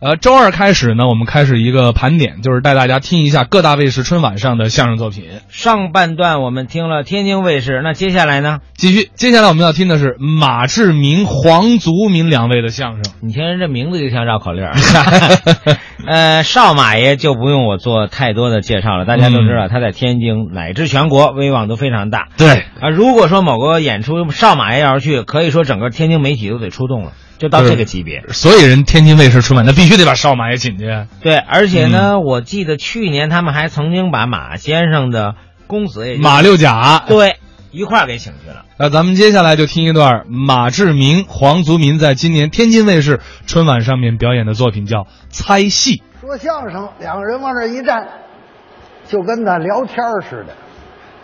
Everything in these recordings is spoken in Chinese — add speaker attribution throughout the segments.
Speaker 1: 呃，周二开始呢，我们开始一个盘点，就是带大家听一下各大卫视春晚上的相声作品。
Speaker 2: 上半段我们听了天津卫视，那接下来呢？
Speaker 1: 继续，接下来我们要听的是马志明、黄祖民两位的相声。
Speaker 2: 你听人这名字就像绕口令儿。呃，少马爷就不用我做太多的介绍了，大家都知道他在天津乃至全国威望都非常大。
Speaker 1: 对，
Speaker 2: 啊，如果说某个演出少马爷要是去，可以说整个天津媒体都得出动了，就到这个级别。
Speaker 1: 所以人天津卫视春晚，那必须得把少马也请进。
Speaker 2: 对，而且呢，我记得去年他们还曾经把马先生的公子也就是
Speaker 1: 马六甲。
Speaker 2: 对一块儿给请去了。
Speaker 1: 那咱们接下来就听一段马志明、黄祖民在今年天津卫视春晚上面表演的作品，叫《猜戏》。
Speaker 3: 说相声，两个人往那儿一站，就跟那聊天儿似的，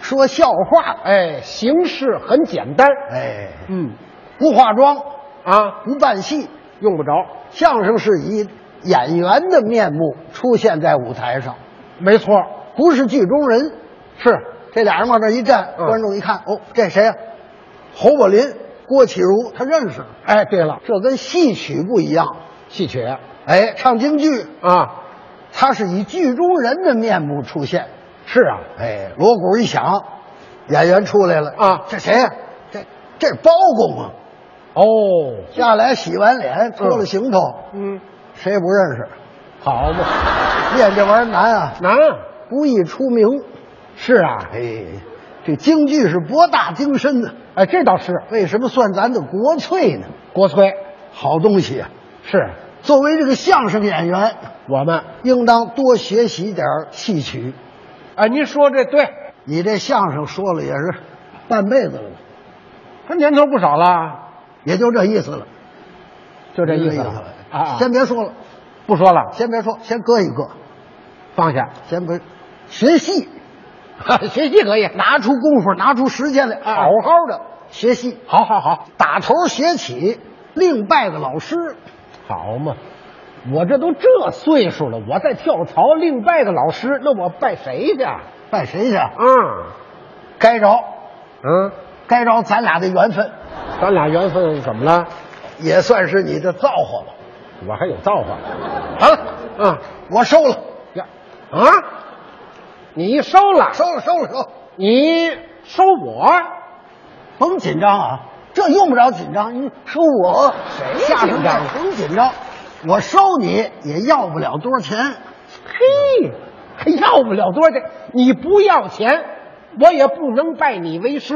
Speaker 3: 说笑话，哎，形式很简单，哎，嗯，不化妆啊，不扮戏，用不着。相声是以演员的面目出现在舞台上，没错，不是剧中人，是这俩人往这儿一站，观众一看，哦，这谁呀、侯宝林、郭启儒，他认识。哎，对了，这跟戏曲不一样，戏曲，哎，唱京剧啊，他是以剧中人的面目出现。是啊，哎，锣鼓一响，演员出来了啊，这谁呀、这这是包公啊！哦，下来洗完脸，脱了行头，嗯，谁也不认识，好嘛，练这玩意儿难啊，难啊，不易出名。是啊，哎，这京剧是博大精深的，哎，这倒是。为什么算咱的国粹呢？国粹，好东西啊！是，作为这个相声演员，我们应当多学习点儿戏曲。哎，您说这对，你这相声说了也是半辈子了吧，他年头不少了，也就这意思了，就这意思了先别说了，不说了，先别说，先搁一搁，放下，先不学戏。 学习可以，拿出功夫，拿出时间来，好好的学习。好好好，打头学起，另拜个老师。
Speaker 4: 好嘛，我这都这岁数了，我再跳槽另拜个老师，那我拜谁去？啊
Speaker 3: 拜谁去？啊
Speaker 4: 嗯
Speaker 3: 该着，
Speaker 4: 嗯，啊
Speaker 3: 该着咱俩的缘分，
Speaker 4: 咱俩缘分怎么了？
Speaker 3: 也算是你的造化吧。
Speaker 4: 我还有造化
Speaker 3: 好了，
Speaker 4: 嗯
Speaker 3: 我收了，
Speaker 4: 呀啊！你收了，
Speaker 3: 收了，收了，收了。
Speaker 4: 你收我？
Speaker 3: 甭紧张啊，这用不着紧张。你收我，谁下
Speaker 4: 紧张啊
Speaker 3: 甭紧张，我收你也要不了多少钱。
Speaker 4: 嘿，还要不了多少钱。你不要钱，我也不能拜你为师。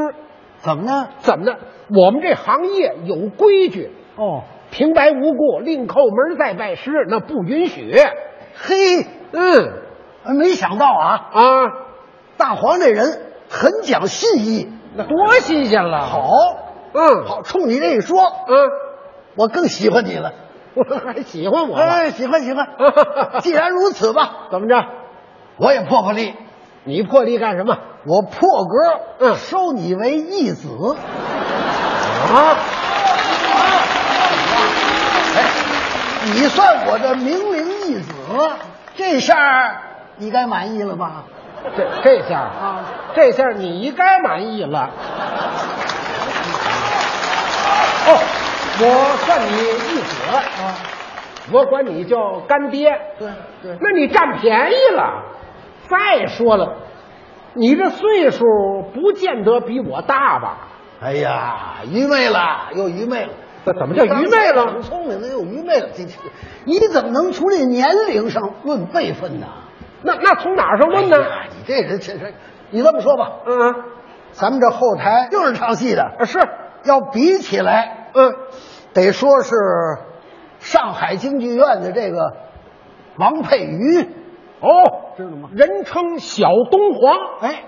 Speaker 3: 怎么呢？
Speaker 4: 怎么呢？我们这行业有规矩，
Speaker 3: 哦，
Speaker 4: 平白无故另叩门再拜师，那不允许。
Speaker 3: 嘿，
Speaker 4: 嗯
Speaker 3: 没想到啊，
Speaker 4: 啊，
Speaker 3: 大黄这人很讲信义，
Speaker 4: 那多新鲜了！
Speaker 3: 好，
Speaker 4: 嗯
Speaker 3: 好，冲你这一说，
Speaker 4: 嗯，
Speaker 3: 我更喜欢你了。
Speaker 4: 我还喜欢我了
Speaker 3: 哎，喜欢喜 欢。既然如此吧，
Speaker 4: 怎么着？
Speaker 3: 我也破破例，
Speaker 4: 你破例干什么
Speaker 3: 我破格，
Speaker 4: 嗯
Speaker 3: 收你为义子。
Speaker 4: 啊？
Speaker 3: 你算我的名伶义子，这下儿你该满意了吧？
Speaker 4: 这这下啊，这下你该满意了。哦，我算你义子啊，我管你叫干爹。
Speaker 3: 对对
Speaker 4: 那你占便宜了。再说了，你这岁数不见得比我大吧？
Speaker 3: 哎呀，愚昧了，又愚昧了。
Speaker 4: 这怎么叫愚昧了
Speaker 3: 很聪明的又愚昧了，这这你怎么能从这年龄上论辈分呢？
Speaker 4: 那那从哪儿上问呢？
Speaker 3: 哎呀你这人真是，你这么说吧，
Speaker 4: 嗯，
Speaker 3: 咱们这后台就是唱戏的，
Speaker 4: 啊是，
Speaker 3: 要比起来，
Speaker 4: 嗯，
Speaker 3: 得说是上海京剧院的这个王佩瑜，
Speaker 4: 哦，
Speaker 3: 知道吗？
Speaker 4: 人称小东皇，
Speaker 3: 哎，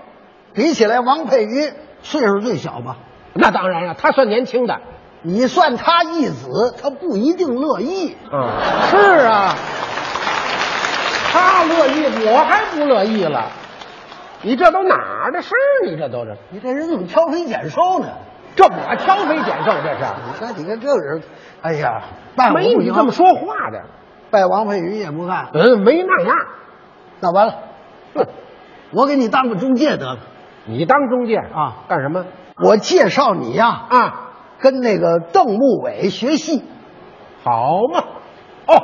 Speaker 3: 比起来王佩瑜岁数最小吧，
Speaker 4: 那当然了，他算年轻的。
Speaker 3: 你算他义子，他不一定乐意。
Speaker 4: 嗯，是啊，他乐意，我还不乐意了。你这都哪儿的事儿？你这都是，
Speaker 3: 你这人怎么挑肥拣瘦呢？
Speaker 4: 这我挑肥拣瘦，这是
Speaker 3: 你看，你看这个人，哎呀，拜我
Speaker 4: 没
Speaker 3: 不
Speaker 4: 你
Speaker 3: 行，
Speaker 4: 这么说话的。
Speaker 3: 拜王佩瑜也不干，
Speaker 4: 嗯，没那样。
Speaker 3: 那完了，哼我给你当个中介得了。
Speaker 4: 你当中介
Speaker 3: 啊
Speaker 4: 干什么？
Speaker 3: 我介绍你呀、
Speaker 4: 啊，
Speaker 3: 跟那个邓木伟学戏，
Speaker 4: 好嘛。哦，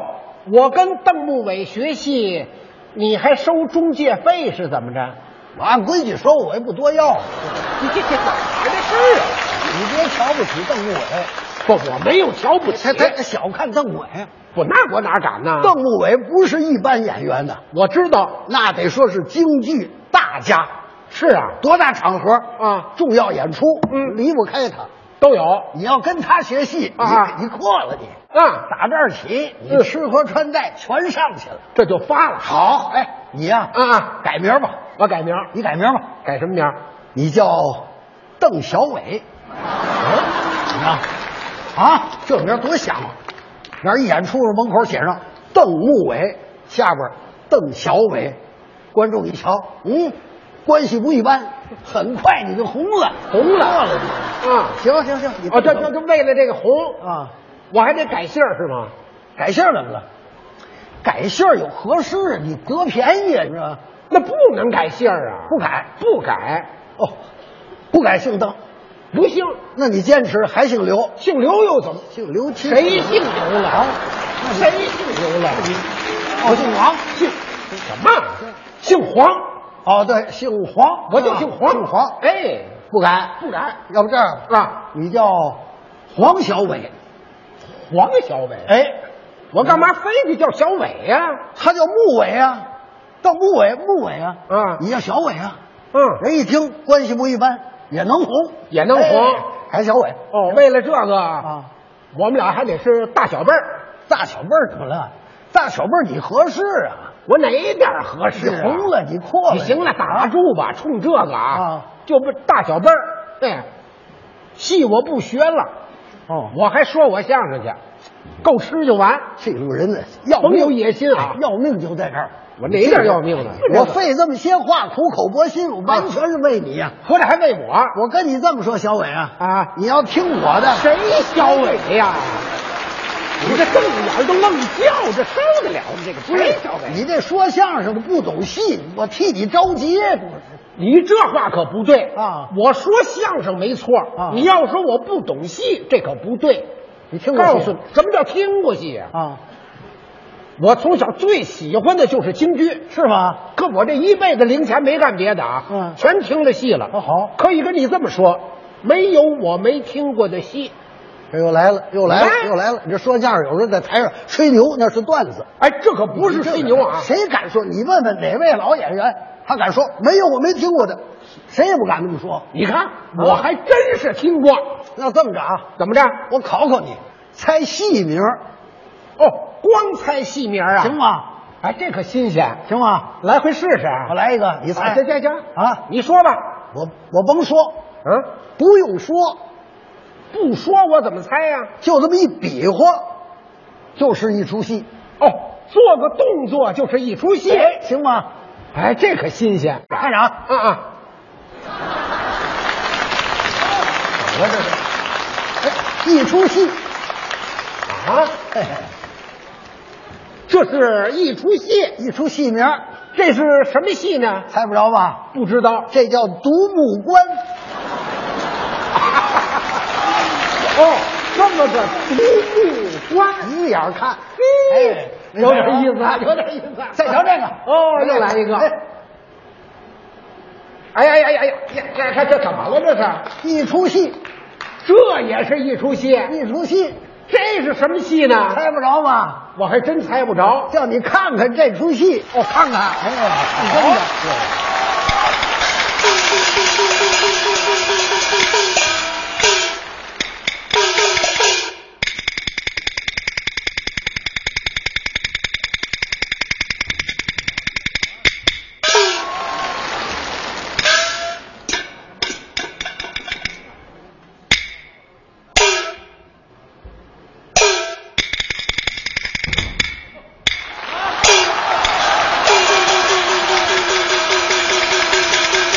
Speaker 4: 我跟邓木伟学戏，你还收中介费是怎么着？
Speaker 3: 我按规矩收，我也不多要。
Speaker 4: 你这这哪来的事儿啊？
Speaker 3: 你别瞧不起邓木伟，
Speaker 4: 不，我没有瞧不起
Speaker 3: 他，他小看邓木伟。
Speaker 4: 不，那我哪敢呢？
Speaker 3: 邓木伟不是一般演员呐，
Speaker 4: 啊我知道，
Speaker 3: 那得说是京剧大家，
Speaker 4: 是啊，
Speaker 3: 多大场合
Speaker 4: 啊
Speaker 3: 重要演出，
Speaker 4: 嗯
Speaker 3: 离不开他。
Speaker 4: 都有
Speaker 3: 你要跟他学戏
Speaker 4: 啊
Speaker 3: 你你阔了你。
Speaker 4: 啊，
Speaker 3: 打这儿起，你
Speaker 4: 嗯
Speaker 3: 吃喝穿戴全上去了。
Speaker 4: 这就发了。
Speaker 3: 好，哎，你呀、
Speaker 4: 啊，
Speaker 3: 改名吧，
Speaker 4: 我改名儿，
Speaker 3: 你改名吧，
Speaker 4: 改什么名儿？
Speaker 3: 你叫邓小伟，哦怎么样？啊，这名儿多响啊！明儿一演出门口写上邓木伟，下边儿邓小伟，观众一瞧，嗯，关系不一般，很快你就红了，
Speaker 4: 红了
Speaker 3: 了你。
Speaker 4: 啊
Speaker 3: 行行行，你
Speaker 4: 啊，这这这为了这个红，
Speaker 3: 啊，
Speaker 4: 我还得改姓儿是吗？
Speaker 3: 改姓儿怎么了？改姓儿有合适啊，你得便宜啊，是吧？
Speaker 4: 那不能改姓儿啊，
Speaker 3: 不改
Speaker 4: 不改，
Speaker 3: 哦，不改姓邓，
Speaker 4: 不姓，
Speaker 3: 那你坚持还姓刘？
Speaker 4: 姓刘又怎么？
Speaker 3: 姓刘七十
Speaker 4: 谁姓刘了？谁姓刘了？
Speaker 3: 哦，姓王，
Speaker 4: 姓什么？姓黄，
Speaker 3: 哦，对，姓黄，啊
Speaker 4: 我就姓黄。
Speaker 3: 姓黄，
Speaker 4: 哎，
Speaker 3: 不改，
Speaker 4: 不改
Speaker 3: 要不这样，
Speaker 4: 啊，
Speaker 3: 你叫黄小伟，
Speaker 4: 黄小伟。，
Speaker 3: 哎，
Speaker 4: 我干嘛非得叫小伟呀？
Speaker 3: 他叫木伟啊，邓木伟，木伟啊，
Speaker 4: 啊
Speaker 3: 你叫小伟啊，
Speaker 4: 嗯，
Speaker 3: 人一听关系不一般，也能红，
Speaker 4: 也能红
Speaker 3: 哎还小伟，
Speaker 4: 哦，为了这个，
Speaker 3: 啊，
Speaker 4: 我们俩还得是大小辈儿。
Speaker 3: 大小辈儿怎么了？大小辈儿你合适啊，
Speaker 4: 我哪一点儿合适
Speaker 3: 你
Speaker 4: 啊？
Speaker 3: 红了，你阔了，
Speaker 4: 你行了，打住吧，冲这个啊，
Speaker 3: 啊
Speaker 4: 就不大小辈儿，哎，戏我不学了，
Speaker 3: 哦，
Speaker 4: 我还说我相声去，够吃就完。
Speaker 3: 这种人呢，要
Speaker 4: 甭
Speaker 3: 命
Speaker 4: 有野心啊
Speaker 3: 哎要命就在这儿。
Speaker 4: 我哪点要命啊呢？
Speaker 3: 我费这么些话，苦口婆心，我完全是为你呀、啊
Speaker 4: 合着还为我
Speaker 3: 我跟你这么说，小伟啊，
Speaker 4: 啊？
Speaker 3: 你要听我的，
Speaker 4: 谁小伟呀？你这瞪着眼都愣叫，这受得
Speaker 3: 啊
Speaker 4: 了吗？这个
Speaker 3: 不
Speaker 4: 不
Speaker 3: 是
Speaker 4: 小伟，
Speaker 3: 你这说相声的不懂戏，我替你着急，不是？
Speaker 4: 你这话可不对
Speaker 3: 啊
Speaker 4: 我说相声没错
Speaker 3: 啊
Speaker 4: 你要说我不懂戏，这可不对。
Speaker 3: 你听我
Speaker 4: 告
Speaker 3: 说
Speaker 4: 诉你，什么叫听过戏啊？
Speaker 3: 啊，
Speaker 4: 我从小最喜欢的就是京剧，
Speaker 3: 是吗？
Speaker 4: 可我这一辈子零钱没干别的啊，
Speaker 3: 嗯
Speaker 4: 全听着戏了。
Speaker 3: 哦好
Speaker 4: 可以跟你这么说，没有我没听过的戏。
Speaker 3: 这又来了，又来
Speaker 4: 你看
Speaker 3: 了，又来了！你这说相声有时候在台上吹牛，那是段子，
Speaker 4: 哎，这可不是吹牛啊！
Speaker 3: 谁敢说？你问问哪位老演员，他敢说没有我没听过的，谁也不敢这么说。
Speaker 4: 你看，我还真是听过。
Speaker 3: 那这么着啊，
Speaker 4: 怎么着？
Speaker 3: 我考考你，猜戏名
Speaker 4: 哦，光猜戏名啊，
Speaker 3: 行？吗？
Speaker 4: 哎，这可新鲜，
Speaker 3: 行吗？
Speaker 4: 来回试试啊！
Speaker 3: 我来一个，你
Speaker 4: 啊，
Speaker 3: 猜。
Speaker 4: 行行行
Speaker 3: 啊！
Speaker 4: 你说吧。
Speaker 3: 我我甭说，
Speaker 4: 嗯，
Speaker 3: 不用说，
Speaker 4: 不说我怎么猜呀、
Speaker 3: 就这么一比划，就是一出戏，
Speaker 4: 哦，做个动作就是一出戏。
Speaker 3: 行吗？
Speaker 4: 哎，这可新鲜。
Speaker 3: 看着啊，
Speaker 4: 啊啊！
Speaker 3: 我这是，哎，一出戏，
Speaker 4: 啊，
Speaker 3: 嘿嘿
Speaker 4: 这是一出戏，
Speaker 3: 一出戏名，
Speaker 4: 这是什么戏呢？
Speaker 3: 猜不着吧？
Speaker 4: 不知道。
Speaker 3: 这叫独木关，
Speaker 4: 哦，这么个独木关，
Speaker 3: 一眼看，
Speaker 4: 嘿
Speaker 3: 哎，
Speaker 4: 有点意思啊，有点意思啊。
Speaker 3: 再瞧这个，
Speaker 4: 哦，又来一个。
Speaker 3: 哎
Speaker 4: 哎呀呀呀呀呀！呀看这怎么了？这是，
Speaker 3: 一出戏，
Speaker 4: 这也是一出戏。
Speaker 3: 一出戏，
Speaker 4: 这是什么戏呢？
Speaker 3: 猜不着吧？
Speaker 4: 我还真猜不着。
Speaker 3: 叫你看看这出戏，我、看看，哎呀，真
Speaker 4: 哦
Speaker 3: 的。啊
Speaker 5: Thank you.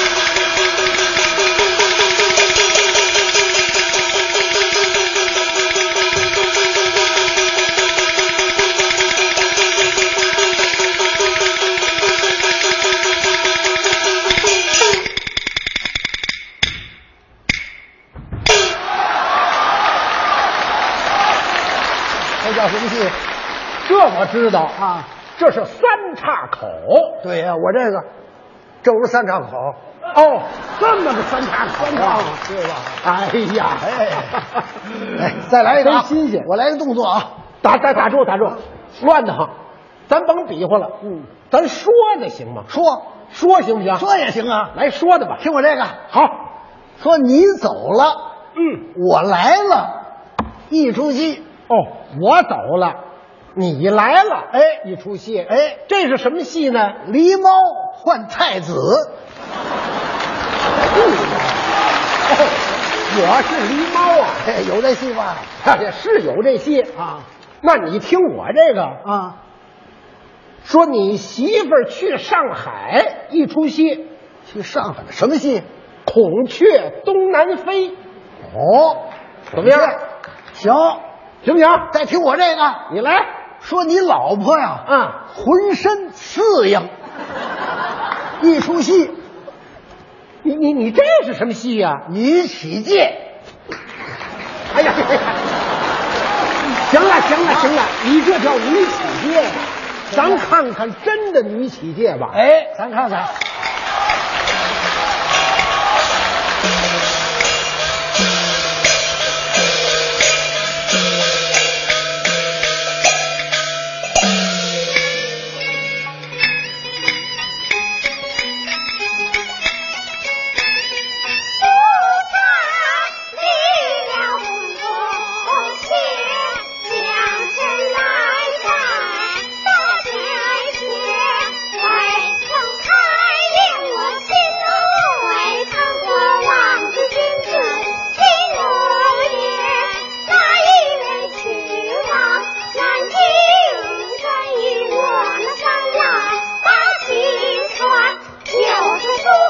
Speaker 4: 这我知道
Speaker 3: 啊，
Speaker 4: 这是三岔口。
Speaker 3: 对呀、我这个，这不是三岔口。
Speaker 4: 哦，这么个三岔口
Speaker 3: 三
Speaker 4: 啊
Speaker 3: 岔口，对吧？
Speaker 4: 哎呀，
Speaker 3: 哎，再来一个、啊，
Speaker 4: 真新鲜。
Speaker 3: 我来一个动作啊，
Speaker 4: 打打打住打住，乱的慌，咱甭比划了。嗯，咱说的行吗？
Speaker 3: 说
Speaker 4: 说行不行？
Speaker 3: 说也行啊。
Speaker 4: 来说的吧。
Speaker 3: 听我这个，
Speaker 4: 好，
Speaker 3: 说你走了，
Speaker 4: 嗯，
Speaker 3: 我来了，一出戏。
Speaker 4: 哦，我走了，你来了，哎，一出戏，
Speaker 3: 哎，
Speaker 4: 这是什么戏呢？
Speaker 3: 狸猫换太子，
Speaker 4: 哎哦我是狸猫啊，
Speaker 3: 哎，有这戏吧？
Speaker 4: 也是有这戏
Speaker 3: 啊。
Speaker 4: 那你听我这个，
Speaker 3: 啊，
Speaker 4: 说你媳妇儿去上海一出戏，
Speaker 3: 去上海什么戏？
Speaker 4: 孔雀东南飞，
Speaker 3: 哦，
Speaker 4: 怎么样？
Speaker 3: 行，
Speaker 4: 行不行？
Speaker 3: 再听我这个，
Speaker 4: 你来
Speaker 3: 说你老婆呀，
Speaker 4: 啊！
Speaker 3: 浑身刺 痒，一出戏
Speaker 4: 你你你这是什么戏呀、
Speaker 3: 你起戒，
Speaker 4: 哎呀，哎呀行了行
Speaker 3: 啊
Speaker 4: 了行了，你这叫女起介呀！咱看看真的女起介吧。
Speaker 3: 哎，咱看看，
Speaker 5: 树上绿了红线，两只来在大台前。围城开遍我心中，围城我望着金子金罗烟，那一人去往南京，真与我们三来把情传。有的书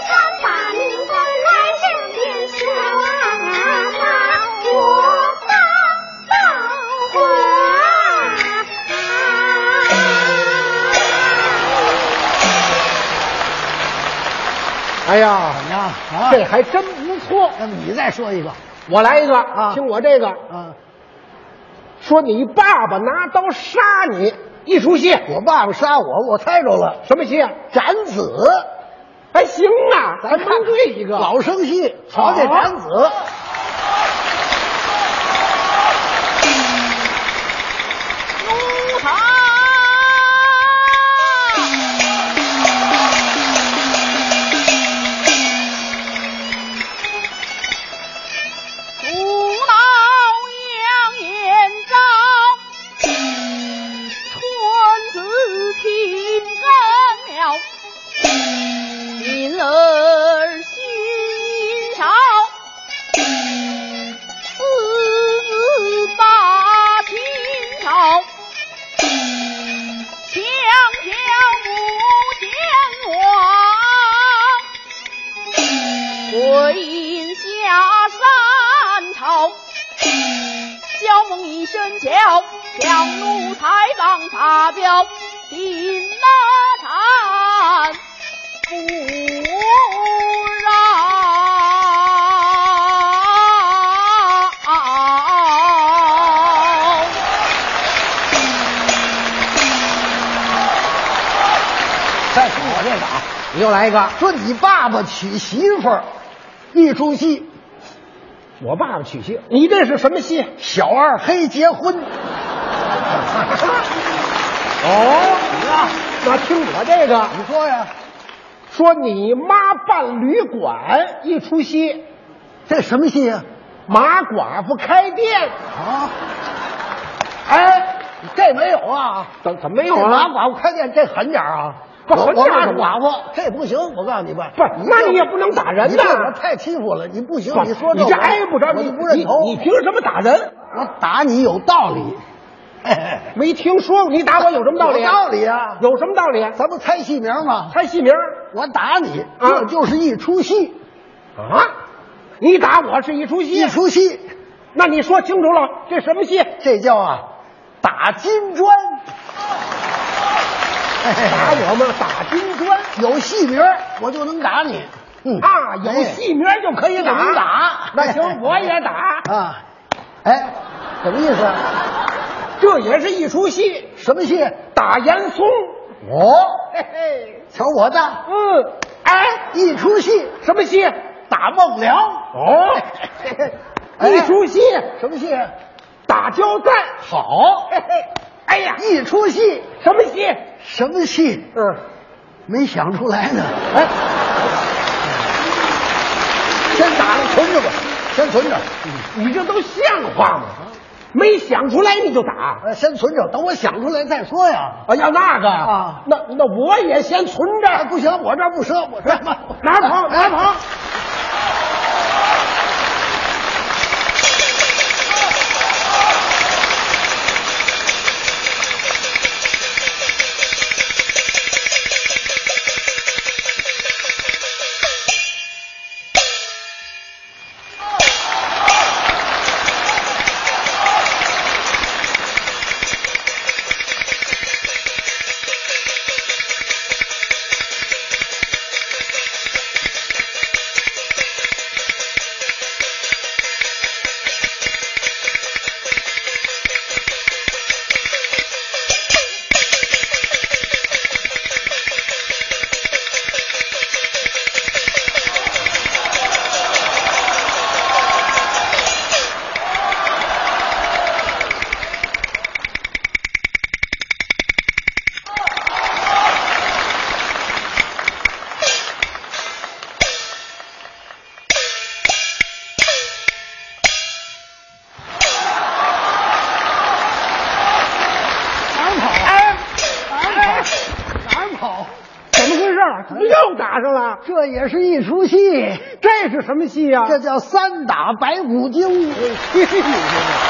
Speaker 5: 刊把名分来这边传，我到报还。
Speaker 4: 哎呀，
Speaker 3: 怎么样？啊，
Speaker 4: 这还真不错。
Speaker 3: 那么你再说一个
Speaker 4: 我来一个，
Speaker 3: 啊
Speaker 4: 听我这个，
Speaker 3: 啊，
Speaker 4: 说你爸爸拿刀杀你，一出戏
Speaker 3: 我爸爸杀我，我猜着了，
Speaker 4: 什么戏啊？
Speaker 3: 斩子，
Speaker 4: 还行啊，咱蒙对一个。啊
Speaker 3: 老生戏，
Speaker 4: 好
Speaker 3: 瞧这斩子，
Speaker 5: 东海。古老扬言招，春子听根苗，银儿熏烧，四字把情照，强调不见王。我饮下山朝，萧梦一身桥，两路台棒塔标，定那禅不饶。
Speaker 3: 再听我这个啊，
Speaker 4: 你又来一个，
Speaker 3: 说你爸爸娶媳妇儿，一出戏
Speaker 4: 我爸爸娶媳，你这是什么戏？
Speaker 3: 小二黑结婚，
Speaker 4: 哦，那听我这个，
Speaker 3: 你说呀，
Speaker 4: 说你妈办旅馆一出戏，
Speaker 3: 这什么戏呀？
Speaker 4: 马寡妇开店，
Speaker 3: 啊，哎，这没有啊。
Speaker 4: 怎怎么没有
Speaker 3: 这马
Speaker 4: 了？
Speaker 3: 寡妇开店这狠点儿啊！
Speaker 4: 不
Speaker 3: 我
Speaker 4: 狠
Speaker 3: 我
Speaker 4: 点儿
Speaker 3: 骂
Speaker 4: 怎么
Speaker 3: 寡妇，这不行。我告诉你吧，
Speaker 4: 不是那你也不能打人
Speaker 3: 你
Speaker 4: 呐
Speaker 3: 对我太欺负了，你不行。你说
Speaker 4: 你这
Speaker 3: 我
Speaker 4: 挨不着，
Speaker 3: 我
Speaker 4: 你
Speaker 3: 就不认头。
Speaker 4: 你你凭什么打人？
Speaker 3: 我打你有道理，
Speaker 4: 没听说过，你打我有什么道理？
Speaker 3: 有道理啊
Speaker 4: 有什么道理？
Speaker 3: 咱不猜戏名吗？
Speaker 4: 猜啊戏名
Speaker 3: 我打你，这就是一出戏，
Speaker 4: 啊？你打我是一出戏啊
Speaker 3: 一，出戏，
Speaker 4: 那你说清楚了，这什么戏？
Speaker 3: 这叫啊打金砖。
Speaker 4: 打我们打金砖
Speaker 3: 有戏名我就能打你。嗯
Speaker 4: 啊！有戏名就可以
Speaker 3: 就能
Speaker 4: 打，
Speaker 3: 打哎
Speaker 4: 那行，我也打。
Speaker 3: 哎啊，哎，什么意思啊？
Speaker 4: 这这也是一出戏，
Speaker 3: 什么戏？
Speaker 4: 打严嵩。
Speaker 3: 我
Speaker 4: 嘿嘿，
Speaker 3: 瞧我的，
Speaker 4: 嗯，
Speaker 3: 哎，一出戏
Speaker 4: 什么戏？
Speaker 3: 打孟良。
Speaker 4: 哦
Speaker 3: 哎
Speaker 4: 一出戏
Speaker 3: 什么戏？啊
Speaker 4: 打交战。
Speaker 3: 好
Speaker 4: 嘿嘿，哎呀，
Speaker 3: 一出戏
Speaker 4: 什么戏？
Speaker 3: 什么戏？
Speaker 4: 嗯，
Speaker 3: 没想出来呢。哎，先打了，存着吧，先存着。
Speaker 4: 你这都像话
Speaker 3: 啊
Speaker 4: 吗？没想出来你就打。
Speaker 3: 呃，先存着，等我想出来再说呀。
Speaker 4: 啊，要那个
Speaker 3: 啊
Speaker 4: 那那我也先存
Speaker 3: 哎，
Speaker 4: 着。
Speaker 3: 不行，我这儿不赊，我这儿
Speaker 4: 拿跑，拿 跑。哎，
Speaker 3: 哪儿跑？
Speaker 4: 怎么回事啊儿？怎么又打上了？
Speaker 3: 这也是一出戏，
Speaker 4: 这是什么戏呀、啊
Speaker 3: 这叫三打白骨精。嘿嘿